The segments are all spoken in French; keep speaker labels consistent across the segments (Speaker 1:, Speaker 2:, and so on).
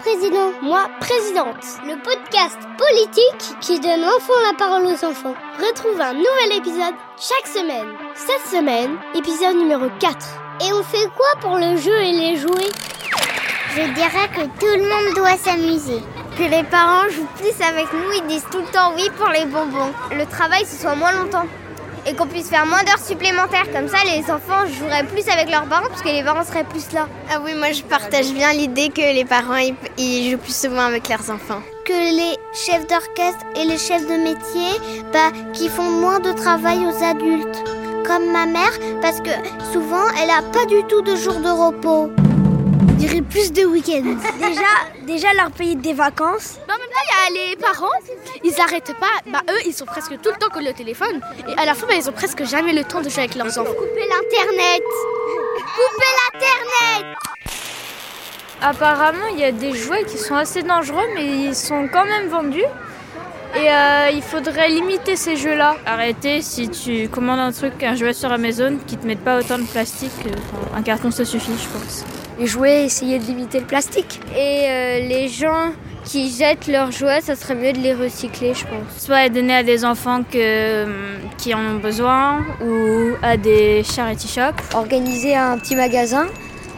Speaker 1: président, moi présidente. Le podcast politique qui donne enfin la parole aux enfants. Retrouve un nouvel épisode chaque semaine. Cette semaine, épisode numéro 4. Et on fait quoi pour le jeu et les jouets
Speaker 2: Je dirais que tout le monde doit s'amuser.
Speaker 3: Que les parents jouent plus avec nous, ils disent tout le temps oui pour les bonbons. Le travail, ce soit moins longtemps. Et qu'on puisse faire moins d'heures supplémentaires. Comme ça, les enfants joueraient plus avec leurs parents parce que les parents seraient plus là.
Speaker 4: Ah oui, moi je partage bien l'idée que les parents ils, ils jouent plus souvent avec leurs enfants.
Speaker 2: Que les chefs d'orchestre et les chefs de métier, bah, qui font moins de travail aux adultes. Comme ma mère, parce que souvent elle a pas du tout de jours de repos.
Speaker 1: Je dirais plus de week-ends.
Speaker 5: déjà, déjà leur payer des vacances.
Speaker 6: Mais en même temps, il y a les parents, ils arrêtent pas. Bah eux, ils sont presque tout le temps que le téléphone. Et à la fin, bah, ils ont presque jamais le temps de jouer avec leurs enfants.
Speaker 3: Couper l'internet. Couper l'internet.
Speaker 7: Apparemment, il y a des jouets qui sont assez dangereux, mais ils sont quand même vendus. Et euh, il faudrait limiter ces jeux-là.
Speaker 8: Arrêtez si tu commandes un truc, un jouet sur Amazon, qui te mette pas autant de plastique. euh, Enfin, un carton, ça suffit, je pense.
Speaker 5: Les jouets, essayez de limiter le plastique.
Speaker 9: Et euh, les gens qui jettent leurs jouets, ça serait mieux de les recycler, je pense.
Speaker 8: Soit les donner à des enfants que, euh, qui en ont besoin, ou à des charity shops.
Speaker 5: Organiser un petit magasin,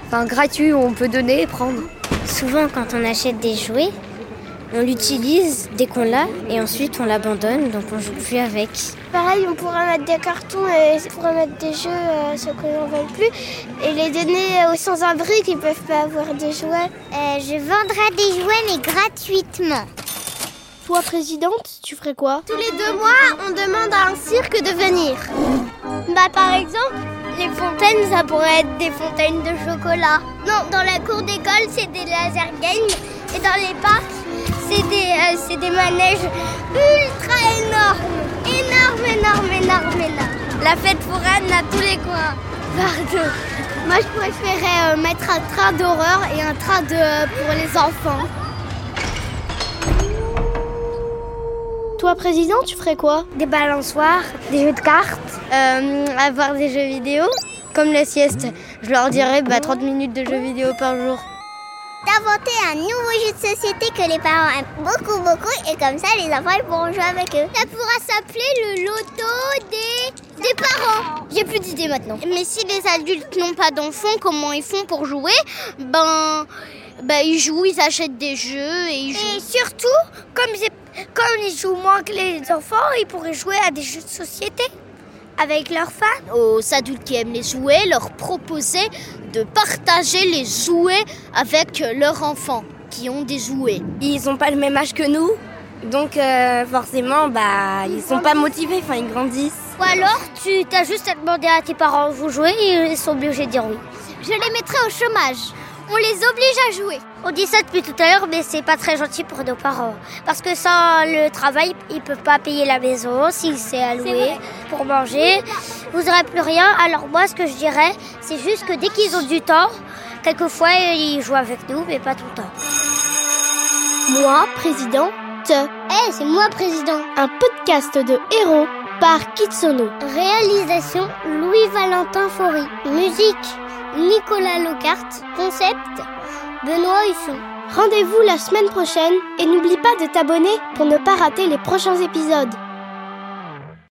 Speaker 5: enfin gratuit, où on peut donner et prendre.
Speaker 10: Souvent, quand on achète des jouets, on l'utilise dès qu'on l'a et ensuite on l'abandonne, donc on joue plus avec.
Speaker 11: Pareil, on pourra mettre des cartons et on pourra mettre des jeux, euh, ceux que n'en veulent plus, et les donner aux sans-abri qui peuvent pas avoir de jouets.
Speaker 2: Euh, je vendrai des jouets mais gratuitement.
Speaker 1: Toi, présidente, tu ferais quoi
Speaker 3: Tous les deux mois, on demande à un cirque de venir.
Speaker 2: Bah, par exemple, les fontaines, ça pourrait être des fontaines de chocolat. Non, dans la cour d'école, c'est des laser games, et dans les parcs, c'est des, euh, des, manèges ultra énormes. Énorme, énorme, énorme, énorme.
Speaker 3: La fête foraine à tous les coins.
Speaker 11: Pardon. Moi, je préférais euh, mettre un train d'horreur et un train de, euh, pour les enfants.
Speaker 1: Toi, président, tu ferais quoi
Speaker 5: Des balançoires, des jeux de cartes,
Speaker 9: avoir Euh, des jeux vidéo, comme la sieste. Je leur dirais bah, 30 minutes de jeux vidéo par jour
Speaker 2: d'inventer un nouveau jeu de société que les parents aiment beaucoup beaucoup et comme ça les enfants ils pourront jouer avec eux.
Speaker 3: Ça pourra s'appeler le loto des, des parents.
Speaker 9: J'ai plus d'idées maintenant.
Speaker 3: Mais si les adultes n'ont pas d'enfants, comment ils font pour jouer Ben ben ils jouent, ils achètent des jeux et ils jouent.
Speaker 5: Et surtout, comme ils, comme ils jouent moins que les enfants, ils pourraient jouer à des jeux de société avec leurs fans.
Speaker 3: Aux adultes qui aiment les jouets, leur proposer de partager les jouets avec leurs enfants qui ont des jouets.
Speaker 5: Ils n'ont pas le même âge que nous, donc euh, forcément, bah, ils, ils sont pas motivés, enfin ils grandissent.
Speaker 2: Ou alors, tu as juste à demander à tes parents vous jouer et ils sont obligés de dire oui.
Speaker 3: Je les mettrai au chômage. On les oblige à jouer.
Speaker 2: On dit ça depuis tout à l'heure, mais c'est pas très gentil pour nos parents. Parce que sans le travail, ils peuvent pas payer la maison, s'il s'est alloué pour manger. Vous n'aurez plus rien. Alors moi, ce que je dirais, c'est juste que dès qu'ils ont du temps, quelquefois, ils jouent avec nous, mais pas tout le temps.
Speaker 1: Moi, présidente. Eh,
Speaker 2: hey, c'est moi, président.
Speaker 1: Un podcast de héros par Kitsono.
Speaker 2: Réalisation Louis-Valentin Faury. Musique Nicolas Locarte. Concept Benoît Husson.
Speaker 1: Rendez-vous la semaine prochaine et n'oublie pas de t'abonner pour ne pas rater les prochains épisodes.